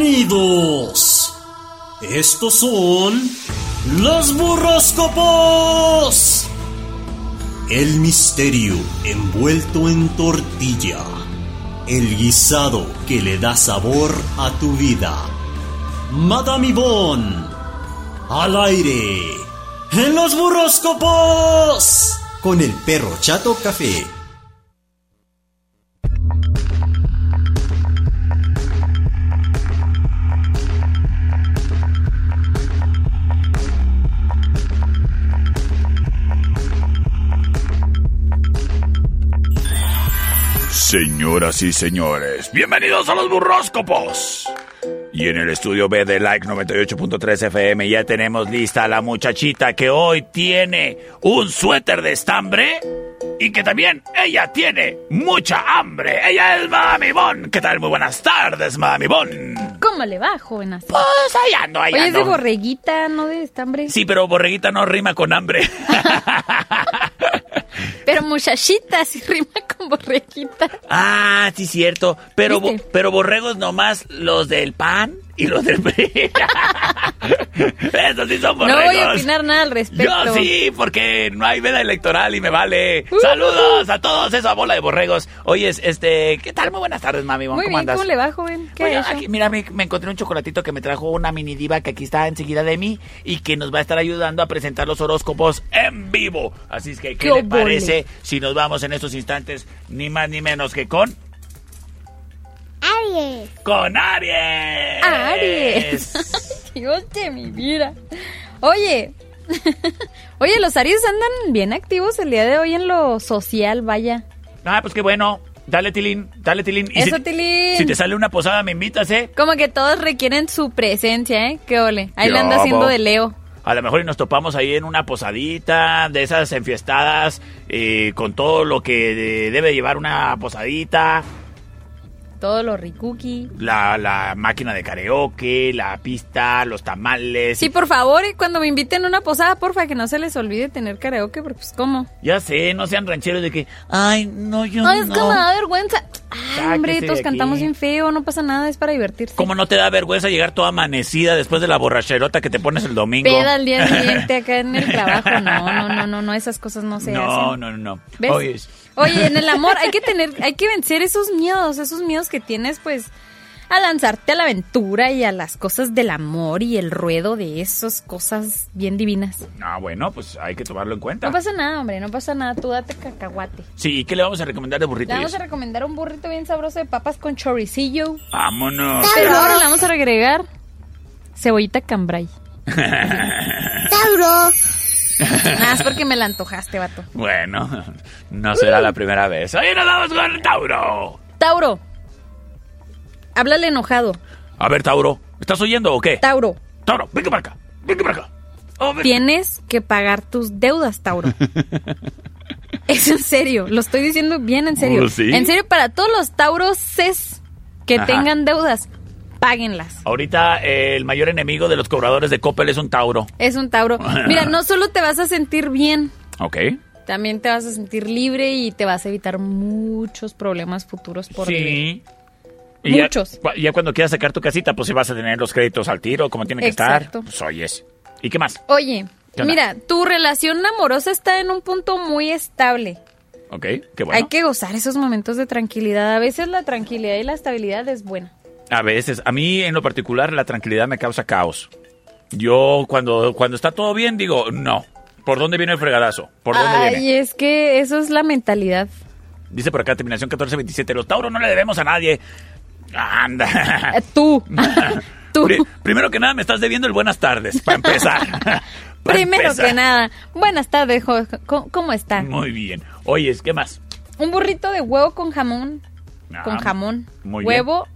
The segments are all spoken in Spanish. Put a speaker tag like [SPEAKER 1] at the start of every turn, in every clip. [SPEAKER 1] Bienvenidos. Estos son los burroscopos. El misterio envuelto en tortilla. El guisado que le da sabor a tu vida. Madame Yvonne. Al aire. En los burroscopos. Con el perro chato café.
[SPEAKER 2] Señoras y señores, bienvenidos a los burróscopos. Y en el estudio B de Like 98.3 FM ya tenemos lista a la muchachita que hoy tiene un suéter de estambre y que también ella tiene mucha hambre. Ella es Madame Bon. ¿Qué tal? Muy buenas tardes, Madame Bon.
[SPEAKER 3] ¿Cómo le va, jovenazo?
[SPEAKER 2] Pues ahí ando, ahí
[SPEAKER 3] Oye, es de
[SPEAKER 2] ando.
[SPEAKER 3] borreguita, no de estambre.
[SPEAKER 2] Sí, pero borreguita no rima con hambre.
[SPEAKER 3] Pero muchachita, sí rima con borreguita.
[SPEAKER 2] Ah, sí, cierto. Pero, bo-
[SPEAKER 3] ¿Viste?
[SPEAKER 2] pero borregos nomás los del pan y los del PRI. Esos sí son
[SPEAKER 3] No
[SPEAKER 2] borregos.
[SPEAKER 3] voy a opinar nada al respecto. Uh-huh.
[SPEAKER 2] Yo sí, porque no hay veda electoral y me vale. Saludos a todos, esa bola de borregos. Oye, es- este, ¿qué tal? Muy buenas tardes, mami.
[SPEAKER 3] Muy
[SPEAKER 2] ¿Cómo
[SPEAKER 3] bien,
[SPEAKER 2] andas?
[SPEAKER 3] ¿cómo le va, joven? ¿Qué
[SPEAKER 2] Oye,
[SPEAKER 3] ha hecho?
[SPEAKER 2] aquí, mira, me, me encontré un chocolatito que me trajo una mini diva que aquí está enseguida de mí y que nos va a estar ayudando a presentar los horóscopos en vivo. Así es que, ¿qué
[SPEAKER 3] ¡Qué
[SPEAKER 2] le
[SPEAKER 3] obole!
[SPEAKER 2] parece si nos vamos en estos instantes ni más ni menos que con...
[SPEAKER 4] Aries,
[SPEAKER 2] ¡Con Aries!
[SPEAKER 3] Aries. Dios de mi vida. Oye, oye, los Aries andan bien activos el día de hoy en lo social, vaya.
[SPEAKER 2] ah, pues qué bueno. Dale, Tilín, dale, Tilín. Y
[SPEAKER 3] Eso,
[SPEAKER 2] si,
[SPEAKER 3] Tilín.
[SPEAKER 2] Si te sale una posada, me invitas, ¿eh?
[SPEAKER 3] Como que todos requieren su presencia, ¿eh? Qué ole. Ahí
[SPEAKER 2] Qué
[SPEAKER 3] le anda
[SPEAKER 2] obo.
[SPEAKER 3] haciendo de Leo.
[SPEAKER 2] A lo mejor y nos topamos ahí en una posadita de esas enfiestadas eh, con todo lo que eh, debe llevar una posadita.
[SPEAKER 3] Todo lo ricuki.
[SPEAKER 2] La, la máquina de karaoke, la pista, los tamales.
[SPEAKER 3] Sí, por favor, y cuando me inviten a una posada, porfa, que no se les olvide tener karaoke, porque pues, ¿cómo?
[SPEAKER 2] Ya sé, no sean rancheros de que, ay, no, yo
[SPEAKER 3] No, es que me
[SPEAKER 2] no.
[SPEAKER 3] da vergüenza. Ay,
[SPEAKER 2] Sáquese
[SPEAKER 3] hombre,
[SPEAKER 2] de
[SPEAKER 3] todos
[SPEAKER 2] aquí.
[SPEAKER 3] cantamos bien feo, no pasa nada, es para divertirse.
[SPEAKER 2] ¿Cómo no te da vergüenza llegar toda amanecida después de la borracherota que te pones el domingo?
[SPEAKER 3] Peda al día siguiente acá en el trabajo. No, no, no, no, no, esas cosas no se
[SPEAKER 2] No,
[SPEAKER 3] hacen.
[SPEAKER 2] no, no, no.
[SPEAKER 3] ¿Ves?
[SPEAKER 2] Oye,
[SPEAKER 3] Oye, en el amor hay que tener, hay que vencer esos miedos, esos miedos que tienes, pues, a lanzarte a la aventura y a las cosas del amor y el ruedo de esas cosas bien divinas.
[SPEAKER 2] Ah, bueno, pues hay que tomarlo en cuenta.
[SPEAKER 3] No pasa nada, hombre, no pasa nada, tú date cacahuate.
[SPEAKER 2] Sí, ¿y qué le vamos a recomendar de
[SPEAKER 3] Le
[SPEAKER 2] burrito?
[SPEAKER 3] vamos a recomendar un burrito bien sabroso de papas con choricillo.
[SPEAKER 2] Vámonos.
[SPEAKER 3] Pero ahora le vamos a agregar cebollita cambray.
[SPEAKER 4] Tauro,
[SPEAKER 3] Más porque me la antojaste, vato.
[SPEAKER 2] Bueno, no será la primera vez. Ahí nos vamos con Tauro.
[SPEAKER 3] Tauro. Háblale enojado.
[SPEAKER 2] A ver, Tauro, ¿estás oyendo o qué?
[SPEAKER 3] Tauro.
[SPEAKER 2] Tauro, ven que para acá, ven que para acá. Oh, ven.
[SPEAKER 3] Tienes que pagar tus deudas, Tauro. es en serio, lo estoy diciendo bien en serio.
[SPEAKER 2] Oh, ¿sí?
[SPEAKER 3] En serio, para todos los Tauros es que
[SPEAKER 2] Ajá.
[SPEAKER 3] tengan deudas, páguenlas.
[SPEAKER 2] Ahorita eh, el mayor enemigo de los cobradores de Coppel es un Tauro.
[SPEAKER 3] Es un Tauro. Mira, no solo te vas a sentir bien,
[SPEAKER 2] Ok.
[SPEAKER 3] también te vas a sentir libre y te vas a evitar muchos problemas futuros por venir.
[SPEAKER 2] sí. Y ya-
[SPEAKER 3] Muchos.
[SPEAKER 2] Ya, cuando quieras sacar tu casita, pues si vas a tener los créditos al tiro, como tiene que
[SPEAKER 3] Exacto.
[SPEAKER 2] estar. Pues oyes. ¿Y qué más?
[SPEAKER 3] Oye,
[SPEAKER 2] ¿Qué onda?
[SPEAKER 3] mira, tu relación amorosa está en un punto muy estable.
[SPEAKER 2] Ok, qué bueno.
[SPEAKER 3] Hay que gozar esos momentos de tranquilidad. A veces la tranquilidad y la estabilidad es buena.
[SPEAKER 2] A veces, a mí en lo particular la tranquilidad me causa caos. Yo cuando, cuando está todo bien digo, no, ¿por dónde viene el fregadazo? ¿Por dónde
[SPEAKER 3] Ay,
[SPEAKER 2] viene?
[SPEAKER 3] es que eso es la mentalidad.
[SPEAKER 2] Dice por acá terminación 1427, los Tauro no le debemos a nadie. Anda.
[SPEAKER 3] Eh, Tú. Tú.
[SPEAKER 2] Ah. Pri- primero que nada me estás debiendo el buenas tardes, para empezar. Para
[SPEAKER 3] Primero
[SPEAKER 2] empezar.
[SPEAKER 3] que nada. Buenas tardes, Jorge. ¿Cómo, cómo está?
[SPEAKER 2] Muy bien. Oye, ¿qué más?
[SPEAKER 3] Un burrito de huevo con jamón.
[SPEAKER 2] Ah,
[SPEAKER 3] con jamón.
[SPEAKER 2] muy bien.
[SPEAKER 3] huevo,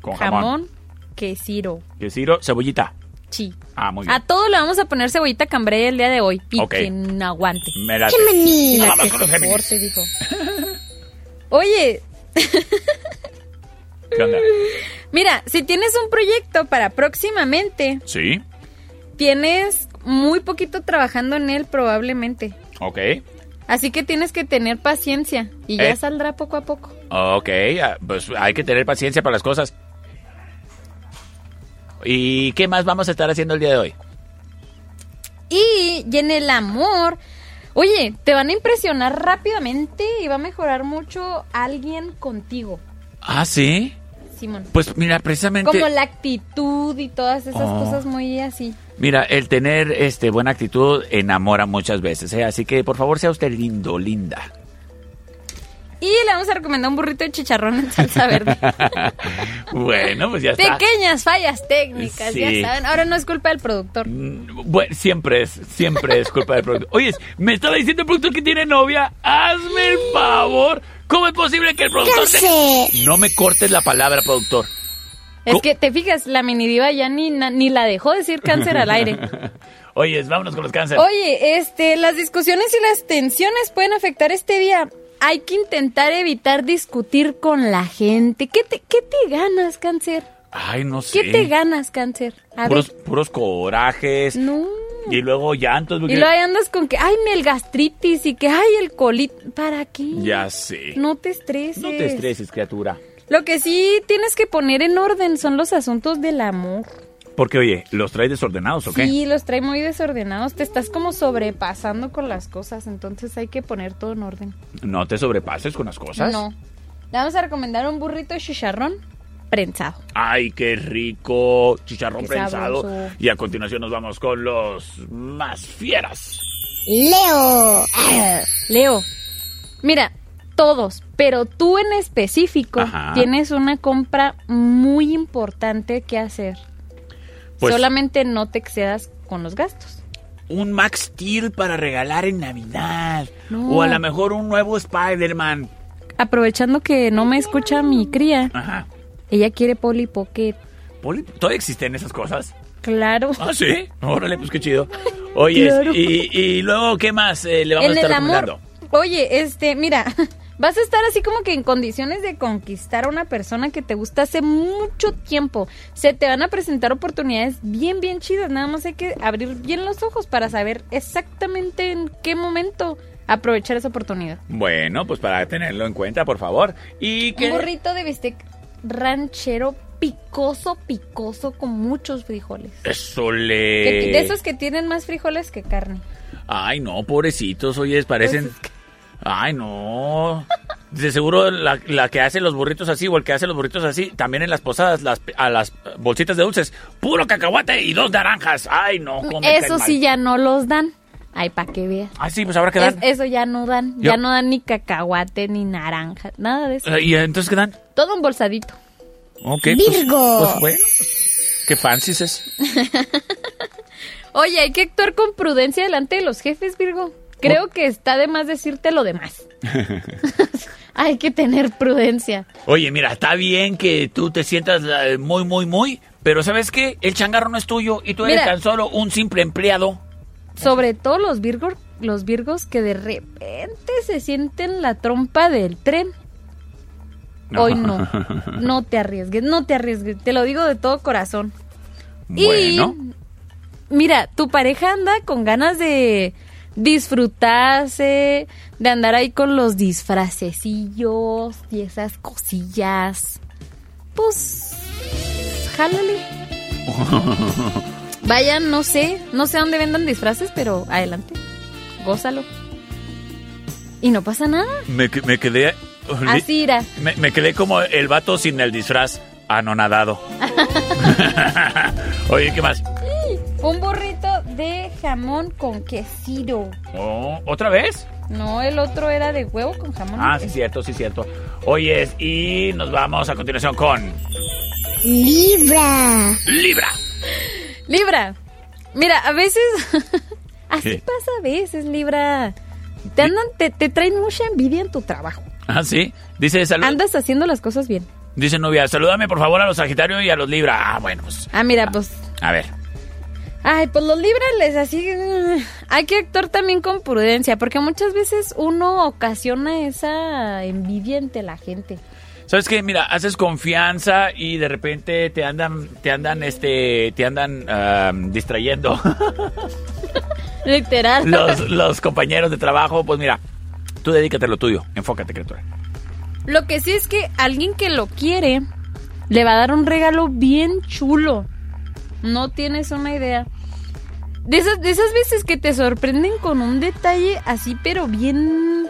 [SPEAKER 2] Con jamón.
[SPEAKER 3] jamón, quesiro.
[SPEAKER 2] Que Ciro, cebollita.
[SPEAKER 3] Chi.
[SPEAKER 2] Ah, muy bien.
[SPEAKER 3] A todo le vamos a poner cebollita cambray el día de hoy. Y
[SPEAKER 2] Ok.
[SPEAKER 3] que no aguante.
[SPEAKER 2] Me late.
[SPEAKER 4] Gemini,
[SPEAKER 3] La
[SPEAKER 2] Vamos
[SPEAKER 3] que
[SPEAKER 2] con los
[SPEAKER 3] se
[SPEAKER 2] Géminis.
[SPEAKER 3] porte, dijo. Oye,
[SPEAKER 2] ¿Qué onda?
[SPEAKER 3] mira, si tienes un proyecto para próximamente,
[SPEAKER 2] Sí.
[SPEAKER 3] tienes muy poquito trabajando en él probablemente.
[SPEAKER 2] Ok.
[SPEAKER 3] Así que tienes que tener paciencia y ya
[SPEAKER 2] Eh.
[SPEAKER 3] saldrá poco a poco.
[SPEAKER 2] Ok. ah, Pues hay que tener paciencia para las cosas. ¿Y qué más vamos a estar haciendo el día de hoy?
[SPEAKER 3] Y, y en el amor, oye, te van a impresionar rápidamente y va a mejorar mucho alguien contigo,
[SPEAKER 2] Ah, sí.
[SPEAKER 3] Simón.
[SPEAKER 2] Pues mira, precisamente.
[SPEAKER 3] Como la actitud y todas esas
[SPEAKER 2] Oh.
[SPEAKER 3] cosas muy así.
[SPEAKER 2] Mira, el tener este buena actitud enamora muchas veces, ¿eh? así que por favor sea usted lindo, linda.
[SPEAKER 3] Y le vamos a recomendar un burrito de chicharrón en salsa verde.
[SPEAKER 2] bueno, pues ya está.
[SPEAKER 3] Pequeñas fallas técnicas,
[SPEAKER 2] Sí.
[SPEAKER 3] ya saben. Ahora no es culpa del productor.
[SPEAKER 2] Mm, Bueno, siempre es, siempre es culpa del productor. Oye, me estaba diciendo el productor que tiene novia. Hazme el favor. ¿Cómo es posible que el productor te- No me cortes la palabra, productor.
[SPEAKER 3] Es
[SPEAKER 2] Co-
[SPEAKER 3] que te fijas, la mini diva ya ni, na- ni la dejó decir cáncer al aire.
[SPEAKER 2] Oye, vámonos con los cánceres.
[SPEAKER 3] Oye, este, las discusiones y las tensiones pueden afectar este día. Hay que intentar evitar discutir con la gente. ¿Qué te, qué te ganas, cáncer?
[SPEAKER 2] Ay, no sé.
[SPEAKER 3] ¿Qué te ganas, cáncer? A
[SPEAKER 2] puros,
[SPEAKER 3] ver.
[SPEAKER 2] puros corajes.
[SPEAKER 3] No.
[SPEAKER 2] Y luego llantos. porque-
[SPEAKER 3] Y luego ahí andas con que, ay, el gastritis y que, ay, el colit. ¿Para qué?
[SPEAKER 2] Ya sé.
[SPEAKER 3] No te estreses.
[SPEAKER 2] No te estreses, criatura.
[SPEAKER 3] Lo que sí tienes que poner en orden son los asuntos del amor.
[SPEAKER 2] Porque, oye, ¿los traes desordenados o qué?
[SPEAKER 3] Sí, los trae muy desordenados. Te estás como sobrepasando con las cosas, entonces hay que poner todo en orden.
[SPEAKER 2] No te sobrepases con las cosas.
[SPEAKER 3] No. Le vamos a recomendar un burrito de chicharrón prensado.
[SPEAKER 2] Ay, qué rico. Chicharrón
[SPEAKER 3] Qué
[SPEAKER 2] prensado.
[SPEAKER 3] sabroso.
[SPEAKER 2] Y a continuación nos vamos con los más fieras.
[SPEAKER 4] Leo.
[SPEAKER 3] Leo, mira, todos, pero tú en específico
[SPEAKER 2] Ajá.
[SPEAKER 3] tienes una compra muy importante que hacer.
[SPEAKER 2] Pues-
[SPEAKER 3] Solamente no te excedas con los gastos.
[SPEAKER 2] Un Max Steel para regalar en Navidad.
[SPEAKER 3] No.
[SPEAKER 2] O a lo mejor un nuevo Spider-Man.
[SPEAKER 3] Aprovechando que no me escucha mi cría,
[SPEAKER 2] Ajá.
[SPEAKER 3] ella quiere Polly Pocket.
[SPEAKER 2] Poli- ¿Todavía existen esas cosas?
[SPEAKER 3] Claro.
[SPEAKER 2] Ah, sí. Órale, pues qué chido. Oye,
[SPEAKER 3] Claro.
[SPEAKER 2] y, y luego, ¿qué más eh, le vamos
[SPEAKER 3] en
[SPEAKER 2] a estar
[SPEAKER 3] el amor.
[SPEAKER 2] recomendando?
[SPEAKER 3] Oye, este, mira, vas a estar así como que en condiciones de conquistar a una persona que te gusta hace mucho tiempo. Se te van a presentar oportunidades bien, bien chidas. Nada más hay que abrir bien los ojos para saber exactamente en qué momento aprovechar esa oportunidad.
[SPEAKER 2] Bueno, pues para tenerlo en cuenta, por favor. Y que...
[SPEAKER 3] Un burrito de bistec ranchero picoso, picoso con muchos frijoles.
[SPEAKER 2] Eso
[SPEAKER 3] Que-
[SPEAKER 2] le...
[SPEAKER 3] de esos que tienen más frijoles que carne.
[SPEAKER 2] Ay, no, pobrecitos, oye, parecen...
[SPEAKER 3] Pues es
[SPEAKER 2] Ay, no. De seguro la, la que hace los burritos así o el que hace los burritos así, también en las posadas, las, a las bolsitas de dulces, puro cacahuate y dos naranjas. Ay, no, cómo me
[SPEAKER 3] Eso
[SPEAKER 2] caen
[SPEAKER 3] sí
[SPEAKER 2] mal.
[SPEAKER 3] ya no los dan. Ay, para que veas.
[SPEAKER 2] Ah, sí, pues habrá que
[SPEAKER 3] Es-
[SPEAKER 2] dar.
[SPEAKER 3] eso ya no dan,
[SPEAKER 2] Yo-
[SPEAKER 3] ya no dan ni cacahuate, ni naranja, nada de eso.
[SPEAKER 2] Eh, ¿Y entonces qué dan?
[SPEAKER 3] Todo embolsadito.
[SPEAKER 2] Ok, pues-
[SPEAKER 4] Virgo.
[SPEAKER 2] Pues, bueno, qué fancy es.
[SPEAKER 3] Oye, hay que actuar con prudencia delante de los jefes, Virgo. Creo que está de más decirte lo demás. hay que tener prudencia.
[SPEAKER 2] Oye, mira, está bien que tú te sientas eh, muy, muy, muy, pero ¿sabes qué? El changarro no es tuyo y tú eres
[SPEAKER 3] Mira.
[SPEAKER 2] tan solo un simple empleado.
[SPEAKER 3] Sobre todo los Virgos, los Virgos que de repente se sienten la trompa del tren. Hoy no. No te arriesgues, no te arriesgues. Te lo digo de todo corazón.
[SPEAKER 2] Bueno.
[SPEAKER 3] Y mira, tu pareja anda con ganas de disfrutarse, de andar ahí con los disfracecillos y esas cosillas. Pues, jálale. Vayan, no sé, no sé a dónde vendan disfraces, pero adelante, gózalo. Y no pasa nada.
[SPEAKER 2] Me, que- me quedé.
[SPEAKER 3] Así irá.
[SPEAKER 2] Me, me quedé como el vato sin el disfraz, anonadado. Oye, ¿qué más?
[SPEAKER 3] Un burrito de jamón con quesito.
[SPEAKER 2] Oh, ¿Otra vez?
[SPEAKER 3] No, el otro era de huevo con jamón.
[SPEAKER 2] Ah, sí, cierto, sí, cierto. Oye, y nos vamos a continuación con
[SPEAKER 4] Libra.
[SPEAKER 2] Libra.
[SPEAKER 3] Libra, mira, a veces. así
[SPEAKER 2] ¿Qué?
[SPEAKER 3] pasa a veces, Libra. Te, andan, te, te traen mucha envidia en tu trabajo.
[SPEAKER 2] Ah, sí. Dice, salud.
[SPEAKER 3] Andas haciendo las cosas bien.
[SPEAKER 2] Dice novia, salúdame por favor a los Sagitario y a los Libra. Ah, bueno, pues.
[SPEAKER 3] Ah, mira, pues.
[SPEAKER 2] A ver.
[SPEAKER 3] Ay, pues los Libra les así. mm, Hay que actuar también con prudencia, porque muchas veces uno ocasiona esa envidia entre la gente.
[SPEAKER 2] ¿Sabes qué? Mira, haces confianza y de repente te andan, te andan, este, te andan ah, distrayendo.
[SPEAKER 3] Literal.
[SPEAKER 2] los, los compañeros de trabajo, pues mira, tú dedícate a lo tuyo. Enfócate, criatura.
[SPEAKER 3] Lo que sí es que alguien que lo quiere le va a dar un regalo bien chulo. No tienes una idea. De esas, de esas veces que te sorprenden con un detalle así, pero bien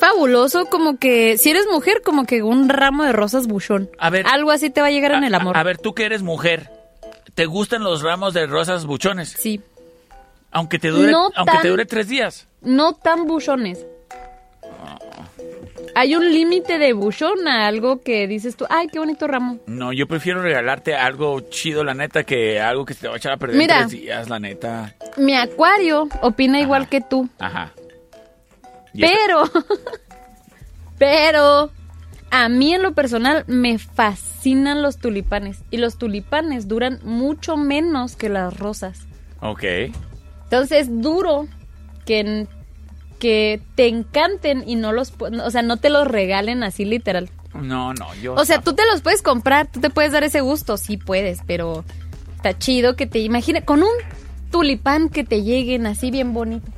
[SPEAKER 3] fabuloso, como que si eres mujer, como que un ramo de rosas buchón.
[SPEAKER 2] A ver.
[SPEAKER 3] Algo así te va a llegar en el amor.
[SPEAKER 2] A, a ver, tú que eres mujer, ¿te gustan los ramos de rosas buchones?
[SPEAKER 3] Sí.
[SPEAKER 2] Aunque te dure,
[SPEAKER 3] No
[SPEAKER 2] aunque
[SPEAKER 3] tan-
[SPEAKER 2] te dure tres días.
[SPEAKER 3] No tan buchones. Hay un límite de buchón a algo que dices tú, ay, qué bonito ramo.
[SPEAKER 2] No, yo prefiero regalarte algo chido, la neta, que algo que se te va a echar a perder en
[SPEAKER 3] Mira.
[SPEAKER 2] tres días, la neta.
[SPEAKER 3] Mi acuario opina igual que tú.
[SPEAKER 2] Ajá. Y esta-
[SPEAKER 3] Pero, pero, a mí en lo personal me fascinan los tulipanes. Y los tulipanes duran mucho menos que las rosas.
[SPEAKER 2] Ok.
[SPEAKER 3] Entonces es duro que, en- que te encanten y no los, pu- o sea, no te los regalen así literal.
[SPEAKER 2] No, no, yo.
[SPEAKER 3] O sea,
[SPEAKER 2] tampoco.
[SPEAKER 3] tú te los puedes comprar, tú te puedes dar ese gusto, sí puedes, pero está chido que te imagines con un tulipán que te lleguen así bien bonito.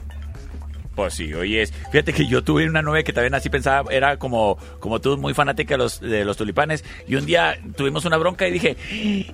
[SPEAKER 2] Pues sí, oye, es- fíjate que yo tuve una novia que también así pensaba, era como, como tú, muy fanática de los, de los tulipanes, y un día tuvimos una bronca y dije,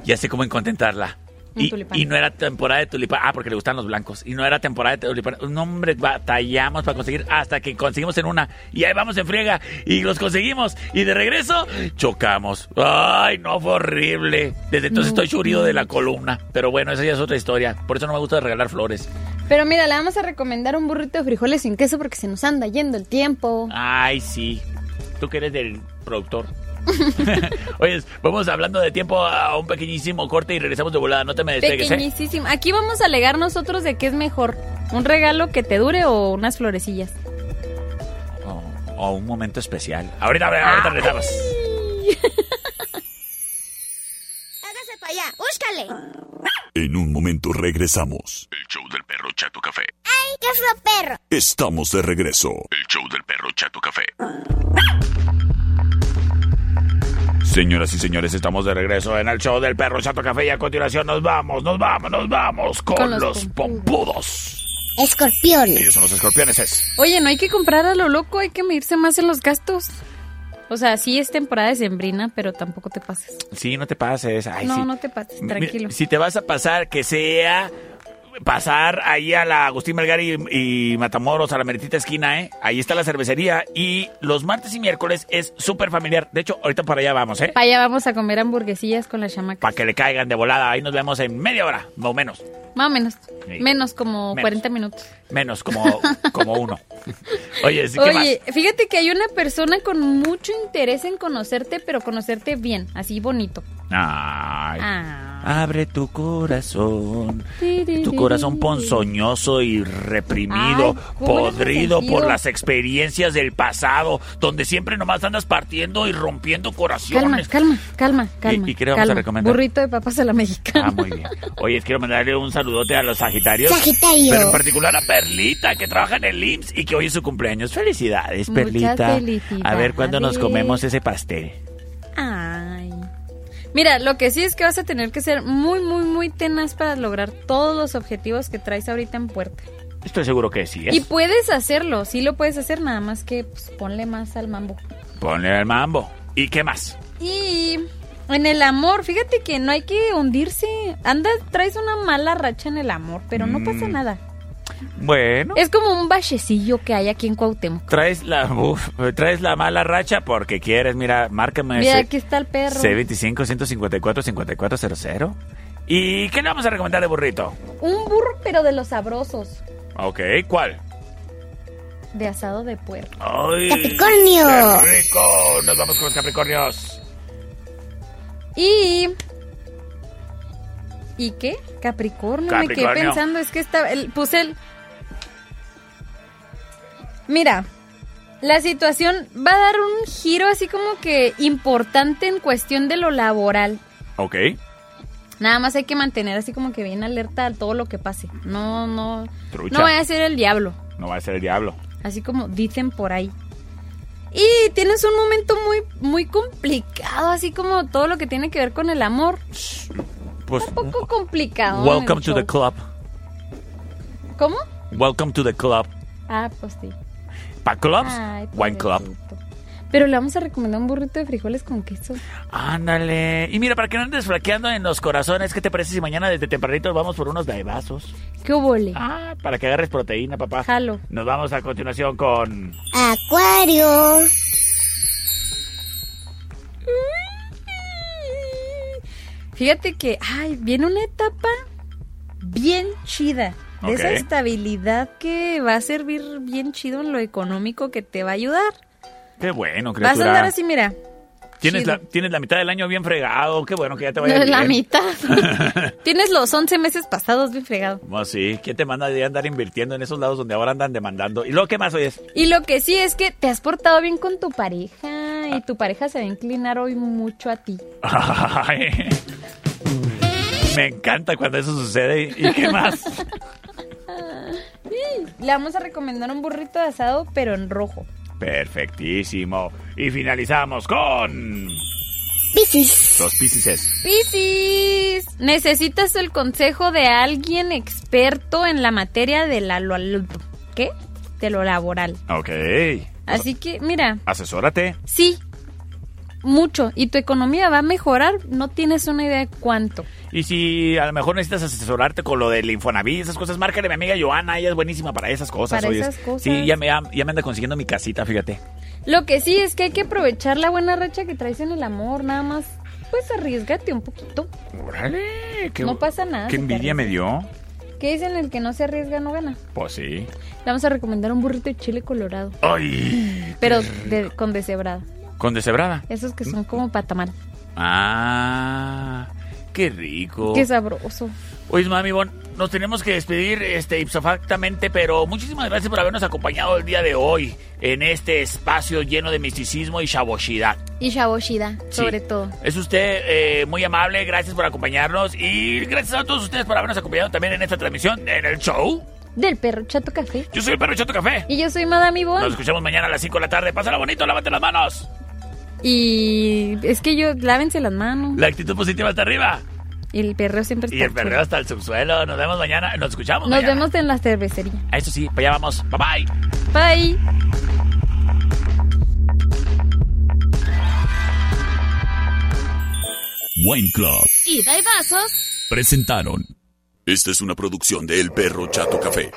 [SPEAKER 2] ya sé cómo contentarla.
[SPEAKER 3] Un
[SPEAKER 2] Y,
[SPEAKER 3] tulipán.
[SPEAKER 2] y no era temporada de tulipán, ah, porque le gustan los blancos, y no era temporada de tulipán. No, hombre, batallamos para conseguir hasta que conseguimos en una, y ahí vamos en friega, y los conseguimos, y de regreso chocamos. Ay, no, fue horrible. Desde entonces
[SPEAKER 3] No.
[SPEAKER 2] estoy churido de la columna, pero bueno, esa ya es otra historia, por eso no me gusta regalar flores.
[SPEAKER 3] Pero mira, le vamos a recomendar un burrito de frijoles sin queso porque se nos anda yendo el tiempo.
[SPEAKER 2] Ah, Ay, sí. Tú que eres del productor. Oye, vamos hablando de tiempo a un pequeñísimo corte y regresamos de volada. No te me despegues, ¿eh?
[SPEAKER 3] Pequeñísimo. Aquí vamos a alegar nosotros de qué es mejor, un regalo que te dure o unas florecillas.
[SPEAKER 2] O, o Oh, un momento especial. Ahorita, ahorita regresamos.
[SPEAKER 4] Hágase para allá, búscale.
[SPEAKER 5] En un momento regresamos.
[SPEAKER 6] El show del perro Chato Café.
[SPEAKER 4] ¡Ay, qué feo perro!
[SPEAKER 5] Estamos de regreso.
[SPEAKER 6] El show del perro Chato Café.
[SPEAKER 2] Señoras y señores, estamos de regreso en el show del perro Chato Café y a continuación nos vamos, nos vamos, nos vamos con,
[SPEAKER 3] Con los
[SPEAKER 2] los, pompudos.
[SPEAKER 4] Escorpión.
[SPEAKER 2] Ellos son los escorpiones, es.
[SPEAKER 3] Oye, no hay que comprar a lo loco, hay que medirse más en los gastos. O sea, sí es temporada de sembrina, pero tampoco te pases.
[SPEAKER 2] Sí, no te pases. Ay,
[SPEAKER 3] no,
[SPEAKER 2] sí.
[SPEAKER 3] no te pases,
[SPEAKER 2] Mira,
[SPEAKER 3] tranquilo.
[SPEAKER 2] si te vas a pasar, que sea pasar ahí a la Agustín Melgar y, y Matamoros, a la meritita esquina, ¿eh? Ahí está la cervecería y los martes y miércoles es súper familiar. De hecho, ahorita para allá vamos, ¿eh?
[SPEAKER 3] Pa' allá vamos a comer hamburguesillas con la chamaca.
[SPEAKER 2] Para que le caigan de volada. Ahí nos vemos en media hora, o menos.
[SPEAKER 3] Más o menos.
[SPEAKER 2] Sí.
[SPEAKER 3] Menos como
[SPEAKER 2] Menos.
[SPEAKER 3] 40 minutos.
[SPEAKER 2] Menos, como, como uno. Oye, ¿sí, ¿qué
[SPEAKER 3] Oye, fíjate que hay una persona con mucho interés en conocerte, pero conocerte bien, así bonito.
[SPEAKER 2] más? Ay.
[SPEAKER 3] Ah.
[SPEAKER 2] Abre tu corazón.
[SPEAKER 3] Tiriri.
[SPEAKER 2] Tu corazón ponzoñoso y reprimido,
[SPEAKER 3] Ay, ¿cómo eres
[SPEAKER 2] podrido
[SPEAKER 3] resentido?
[SPEAKER 2] por las experiencias del pasado, donde siempre nomás andas partiendo y rompiendo
[SPEAKER 3] Calma,
[SPEAKER 2] corazones.
[SPEAKER 3] calma, calma, calma.
[SPEAKER 2] y qué le vamos a
[SPEAKER 3] calma.
[SPEAKER 2] recomendar?
[SPEAKER 3] Burrito de papas a la mexicana.
[SPEAKER 2] Ah, muy bien. Oye, quiero mandarle un saludote a los Sagitarios.
[SPEAKER 4] Sagitario.
[SPEAKER 2] Pero en particular a Perlita, que trabaja en el IMSS y que hoy es su cumpleaños. Felicidades,
[SPEAKER 3] Muchas
[SPEAKER 2] Perlita. A ver cuándo nos
[SPEAKER 3] felicidades.
[SPEAKER 2] comemos ese pastel. Ah.
[SPEAKER 3] Ay. Mira, lo que sí es que vas a tener que ser muy, muy, muy tenaz para lograr todos los objetivos que traes ahorita en puerta.
[SPEAKER 2] Estoy seguro que sí. ¿eh?
[SPEAKER 3] Y puedes hacerlo, sí lo puedes hacer, nada más que pues, ponle más al mambo.
[SPEAKER 2] Ponle el mambo. ¿Y qué más?
[SPEAKER 3] Y en el amor, fíjate que no hay que hundirse. Anda, traes una mala racha en el amor, pero no pasa
[SPEAKER 2] Mm.
[SPEAKER 3] nada.
[SPEAKER 2] Bueno.
[SPEAKER 3] Es como un vallecillo que hay aquí en Cuauhtémoc.
[SPEAKER 2] Traes la, uf, traes la mala racha porque quieres, mira, márcame
[SPEAKER 3] Mira,
[SPEAKER 2] ese
[SPEAKER 3] aquí está el perro.
[SPEAKER 2] C25-154-5400. ¿Y qué le vamos a recomendar de burrito?
[SPEAKER 3] Un burro, pero de los sabrosos.
[SPEAKER 2] Ok, ¿cuál?
[SPEAKER 3] De asado de puerco.
[SPEAKER 2] ¡Ay!
[SPEAKER 4] Capricornio.
[SPEAKER 2] ¡Qué rico! Nos vamos con los Capricornios.
[SPEAKER 3] Y. ¿Y qué? Capricornio. Me quedé
[SPEAKER 2] Capricornio.
[SPEAKER 3] pensando, es que estaba. el- puse el. Mira, la situación va a dar un giro así como que importante en cuestión de lo laboral.
[SPEAKER 2] Ok.
[SPEAKER 3] Nada más hay que mantener así como que bien alerta a todo lo que pase. No, no.
[SPEAKER 2] Trucha.
[SPEAKER 3] No vaya a ser el diablo.
[SPEAKER 2] No va a ser el diablo.
[SPEAKER 3] Así como dicen por ahí. Y tienes un momento muy, muy complicado, así como todo lo que tiene que ver con el amor.
[SPEAKER 2] Pues, mm,
[SPEAKER 3] Un poco complicado.
[SPEAKER 2] welcome
[SPEAKER 3] el
[SPEAKER 2] to the
[SPEAKER 3] show.
[SPEAKER 2] club.
[SPEAKER 3] ¿Cómo?
[SPEAKER 2] Welcome to the club.
[SPEAKER 3] Ah, pues sí.
[SPEAKER 2] Pa' clubs,
[SPEAKER 3] Ay,
[SPEAKER 2] wine club.
[SPEAKER 3] pobrecito. Pero le vamos a recomendar un burrito de frijoles con queso.
[SPEAKER 2] Ándale. Y mira, para que no andes flaqueando en los corazones, ¿qué te parece si mañana desde tempranito vamos por unos daevazos?
[SPEAKER 3] ¡Qué obole!
[SPEAKER 2] Ah, para que agarres proteína, papá.
[SPEAKER 3] Jalo.
[SPEAKER 2] Nos vamos a continuación con...
[SPEAKER 4] Acuario.
[SPEAKER 3] Fíjate que, ay, viene una etapa bien chida. De esa
[SPEAKER 2] Ok.
[SPEAKER 3] estabilidad que va a servir bien chido en lo económico que te va a ayudar.
[SPEAKER 2] Qué bueno, criatura.
[SPEAKER 3] Vas a andar así, mira.
[SPEAKER 2] ¿Tienes,
[SPEAKER 3] chido.
[SPEAKER 2] la, tienes la mitad del año bien fregado. Qué bueno que ya te vaya bien.
[SPEAKER 3] La mitad. Tienes los 11 meses pasados bien fregado.
[SPEAKER 2] Bueno, sí. ¿Quién te manda de andar invirtiendo en esos lados donde ahora andan demandando? ¿Y luego qué más oyes?
[SPEAKER 3] Y lo que sí es que te has portado bien con tu pareja y tu pareja se va a inclinar hoy mucho a ti.
[SPEAKER 2] Ay. Me encanta cuando eso sucede. ¿Y qué más?
[SPEAKER 3] Le vamos a recomendar un burrito de asado, pero en rojo.
[SPEAKER 2] Perfectísimo. Y finalizamos con...
[SPEAKER 4] Piscis.
[SPEAKER 2] Los piscises.
[SPEAKER 3] Piscis, necesitas el consejo de alguien experto en la materia de la lo- lo- ¿qué? De lo laboral.
[SPEAKER 2] Ok.
[SPEAKER 3] Así que, mira,
[SPEAKER 2] Asesórate.
[SPEAKER 3] sí, mucho. Y tu economía va a mejorar, no tienes una idea de cuánto.
[SPEAKER 2] Y si a lo mejor necesitas asesorarte con lo del Infonavit, esas cosas, márcale a mi amiga Joana, ella es buenísima para esas cosas.
[SPEAKER 3] Para
[SPEAKER 2] oyes.
[SPEAKER 3] esas cosas.
[SPEAKER 2] Sí, ya me, ya me anda consiguiendo mi casita, fíjate.
[SPEAKER 3] Lo que sí es que hay que aprovechar la buena racha que traes en el amor, nada más. Pues arriesgate un poquito.
[SPEAKER 2] Órale, qué,
[SPEAKER 3] No pasa nada,
[SPEAKER 2] Qué
[SPEAKER 3] se te
[SPEAKER 2] envidia me dio.
[SPEAKER 3] ¿Qué dicen? El que no se arriesga no gana.
[SPEAKER 2] Pues sí.
[SPEAKER 3] Le vamos a recomendar un burrito de chile colorado,
[SPEAKER 2] ¡Ay!
[SPEAKER 3] pero de- con deshebrada.
[SPEAKER 2] Con deshebrada.
[SPEAKER 3] Esos que son como patamal.
[SPEAKER 2] Ah, qué rico.
[SPEAKER 3] Qué sabroso.
[SPEAKER 2] Oye, mami, Bon, nos tenemos que despedir este, ipsofactamente, pero muchísimas gracias por habernos acompañado el día de hoy en este espacio lleno de misticismo y shaboshidad.
[SPEAKER 3] Y Shaboshida,
[SPEAKER 2] Sí.
[SPEAKER 3] sobre todo.
[SPEAKER 2] Es usted eh, muy amable, gracias por acompañarnos y gracias a todos ustedes por habernos acompañado también en esta transmisión, en el show.
[SPEAKER 3] Del perro Chato Café.
[SPEAKER 2] Yo soy el perro Chato Café.
[SPEAKER 3] Y yo soy Madame Ivonne.
[SPEAKER 2] Nos escuchamos mañana a las 5 de la tarde. Pásala bonito, lávate las manos.
[SPEAKER 3] Y es que yo, lávense las manos.
[SPEAKER 2] La actitud positiva hasta arriba.
[SPEAKER 3] Y el perro siempre está
[SPEAKER 2] Y el
[SPEAKER 3] chulo.
[SPEAKER 2] perreo hasta el subsuelo. Nos vemos mañana. Nos escuchamos
[SPEAKER 3] Nos
[SPEAKER 2] mañana.
[SPEAKER 3] vemos en la cervecería.
[SPEAKER 2] A eso sí, para allá vamos. Bye bye.
[SPEAKER 3] Bye.
[SPEAKER 5] Wine Club
[SPEAKER 3] Y dai vasos.
[SPEAKER 5] presentaron
[SPEAKER 6] Esta es una producción de El Perro Chato Café.